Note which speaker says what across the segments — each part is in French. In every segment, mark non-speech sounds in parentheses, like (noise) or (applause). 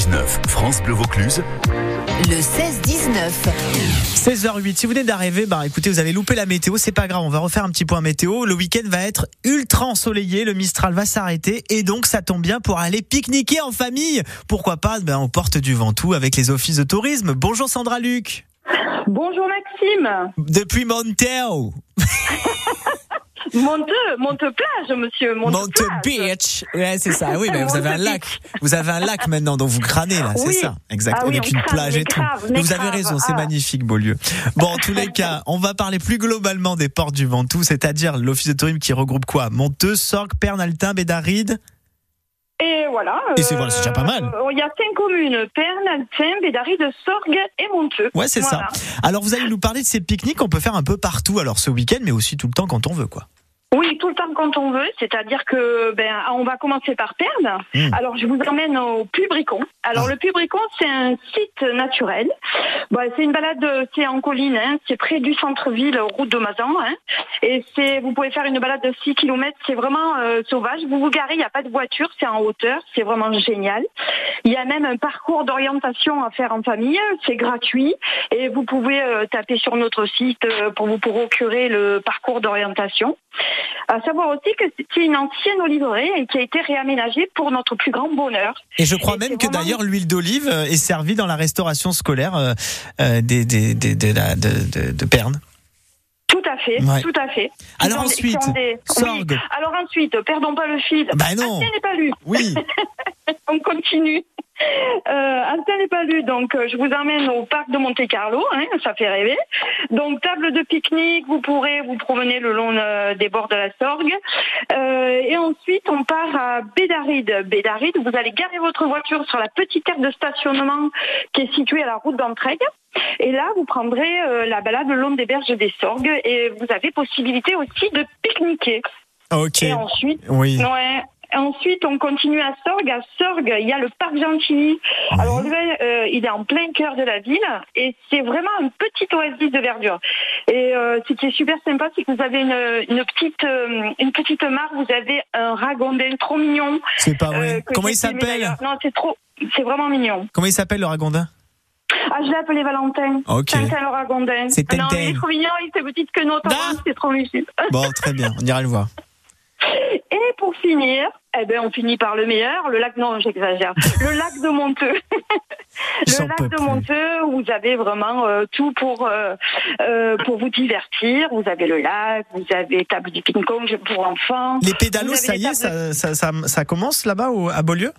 Speaker 1: 16-19, France Bleu Vaucluse.
Speaker 2: Le 16-19.
Speaker 3: 16h08. Si vous venez d'arriver, bah écoutez, vous avez loupé la météo, c'est pas grave, on va refaire un petit point météo. Le week-end va être ultra ensoleillé, le Mistral va s'arrêter et donc ça tombe bien pour aller pique-niquer en famille. Pourquoi pas ben, aux portes du Ventoux avec les offices de tourisme. Bonjour Sandra Luc.
Speaker 4: Bonjour Maxime.
Speaker 3: Depuis Monteo.
Speaker 4: Monte, monte plage, monsieur. Monte,
Speaker 3: Monte
Speaker 4: plage.
Speaker 3: Beach. Ouais, c'est ça. Oui,
Speaker 4: (laughs)
Speaker 3: mais vous avez un lac. Vous avez un lac maintenant dont vous crânez, là. C'est
Speaker 4: Oui.
Speaker 3: ça. Exact.
Speaker 4: Ah oui,
Speaker 3: Avec
Speaker 4: on
Speaker 3: une
Speaker 4: crâne,
Speaker 3: plage
Speaker 4: mais
Speaker 3: et tout.
Speaker 4: grave,
Speaker 3: Mais
Speaker 4: mais
Speaker 3: vous avez
Speaker 4: grave.
Speaker 3: raison. C'est
Speaker 4: Ah.
Speaker 3: magnifique, beau lieu. Bon, en
Speaker 4: (laughs)
Speaker 3: tous les cas, on va parler plus globalement des portes du Ventoux, c'est-à-dire l'office de tourisme qui regroupe quoi? Monteux, Sorgue, Pernaltin, Bédaride.
Speaker 4: Et voilà.
Speaker 3: Et c'est- voilà, c'est déjà pas mal.
Speaker 4: euh, Il y a cinq communes Perne, Altin, Bédaride, Sorgue et Monteux.
Speaker 3: Ouais, c'est
Speaker 4: Voilà.
Speaker 3: ça. Alors, vous allez nous parler de ces pique-niques qu'on peut faire un peu partout. Alors, ce week-end, mais aussi tout le temps quand on veut, quoi.
Speaker 4: Oui, tout le temps quand on veut. C'est-à-dire que ben, on va commencer par Perne.
Speaker 3: Mm.
Speaker 4: Alors je vous emmène au Pubricon. Alors
Speaker 3: Ah.
Speaker 4: le Pubricon, c'est un site naturel. Bon, c'est une balade, euh, c'est en colline, hein, c'est près du centre-ville, route de Mazan. Hein, et c'est, vous pouvez faire une balade de 6 km, c'est vraiment euh, sauvage. Vous vous garez, il n'y a pas de voiture, c'est en hauteur, c'est vraiment génial. Il y a même un parcours d'orientation à faire en famille, c'est gratuit. Et vous pouvez euh, taper sur notre site euh, pour vous procurer le parcours d'orientation. À savoir aussi que c'est une ancienne oliveraie et qui a été réaménagée pour notre plus grand bonheur.
Speaker 3: Et je crois
Speaker 4: Et
Speaker 3: même
Speaker 4: c'est
Speaker 3: que
Speaker 4: vraiment-
Speaker 3: d'ailleurs l'huile d'olive euh, est servie dans la restauration scolaire euh, euh, des, des, des- de la- de- de- de Perne.
Speaker 4: Tout à fait,
Speaker 3: Ouais.
Speaker 4: tout à fait. Qui
Speaker 3: Alors
Speaker 4: sont des- qui
Speaker 3: ensuite,
Speaker 4: sont des- oui.
Speaker 3: Sorgue.
Speaker 4: Alors ensuite, perdons pas le fil.
Speaker 3: Bah non.
Speaker 4: Ancien et pas lu.
Speaker 3: Oui.
Speaker 4: (laughs) On continue. (laughs) Euh, Ancien et pas lu. Donc, euh, je vous emmène au parc de Monte Carlo. hein, ça fait rêver. Donc, table de pique-nique. Vous pourrez vous promener le long euh, des bords de la Sorgue. Euh, et ensuite, on part à Bédaride. Bédaride, vous allez garer votre voiture sur la petite aire de stationnement qui est située à la route d'entraide. Et là, vous prendrez euh, la balade le long des berges des Sorgues et vous avez possibilité aussi de pique-niquer.
Speaker 3: Ok.
Speaker 4: Et ensuite,
Speaker 3: Oui.
Speaker 4: Ouais. Ensuite, on continue à Sorgue. À Sorgue, il y a le parc Gentilly. Alors lui, euh, il est en plein cœur de la ville et c'est vraiment un petit oasis de verdure. Et euh, ce qui est super sympa, c'est que vous avez une, une petite euh, une petite mare, vous avez un ragondin trop mignon.
Speaker 3: C'est pas
Speaker 4: euh,
Speaker 3: vrai.
Speaker 4: que
Speaker 3: Ah Comment
Speaker 4: j'ai
Speaker 3: il
Speaker 4: filmé
Speaker 3: s'appelle
Speaker 4: d'ailleurs. Non, c'est trop, c'est vraiment mignon.
Speaker 3: Comment il s'appelle le ragondin
Speaker 4: Ah, je l'ai appelé Valentin. (laughs)
Speaker 3: Ok.
Speaker 4: Tintin le ragondin. Ah
Speaker 3: C'est
Speaker 4: Non, mais
Speaker 3: Tintin.
Speaker 4: il est trop mignon, il est petite que notre
Speaker 3: Ah
Speaker 4: c'est trop lucide.
Speaker 3: Bon, très bien. On ira le voir.
Speaker 4: Et pour finir, eh ben, on finit par le meilleur, le lac,
Speaker 3: (laughs)
Speaker 4: non, j'exagère, le lac de Monteux.
Speaker 3: J'en
Speaker 4: le
Speaker 3: peux
Speaker 4: lac de
Speaker 3: plus.
Speaker 4: Monteux, vous avez vraiment euh, tout pour, euh, euh, pour vous divertir. Vous avez le lac, vous avez table du ping-pong pour enfants.
Speaker 3: Les pédalos,
Speaker 4: Vous avez
Speaker 3: ça
Speaker 4: les
Speaker 3: y est,
Speaker 4: tables
Speaker 3: ça, ça, ça, ça commence là-bas au- à Beaulieu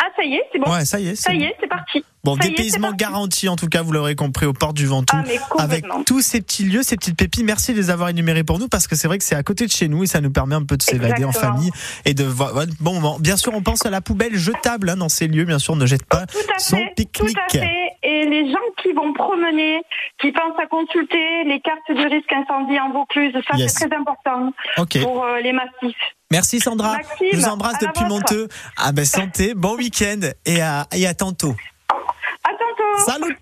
Speaker 4: Ah, ça y est, c'est bon.
Speaker 3: Ouais, ça y est. c'est
Speaker 4: ça y
Speaker 3: bon.
Speaker 4: est, c'est parti.
Speaker 3: Bon,
Speaker 4: ça y est,
Speaker 3: dépaysement
Speaker 4: c'est parti.
Speaker 3: garanti, en tout cas, vous l'aurez compris, aux portes du Ventoux.
Speaker 4: Ah, mais
Speaker 3: avec
Speaker 4: complètement.
Speaker 3: tous ces petits lieux, ces petites pépites. Merci de les avoir énumérés pour nous parce que c'est vrai que c'est à côté de chez nous et ça nous permet un peu de s'évader en
Speaker 4: Exactement.
Speaker 3: famille et de voir un bon moment. Bien sûr, on pense à la poubelle jetable hein, dans ces lieux. Bien sûr, on ne jette pas
Speaker 4: Tout à
Speaker 3: son
Speaker 4: fait,
Speaker 3: pique-nique.
Speaker 4: tout à fait. Et les gens qui vont promener, qui pensent à consulter les cartes de risque incendie en Vaucluse, ça
Speaker 3: Yes.
Speaker 4: c'est très important
Speaker 3: Ok.
Speaker 4: pour euh, les massifs.
Speaker 3: Merci Sandra.
Speaker 4: Maxime,
Speaker 3: Je vous embrasse
Speaker 4: à la
Speaker 3: depuis
Speaker 4: vôtre.
Speaker 3: Monteux. Ah ben santé, bon week-end et à, et à tantôt.
Speaker 4: À tantôt
Speaker 3: Salut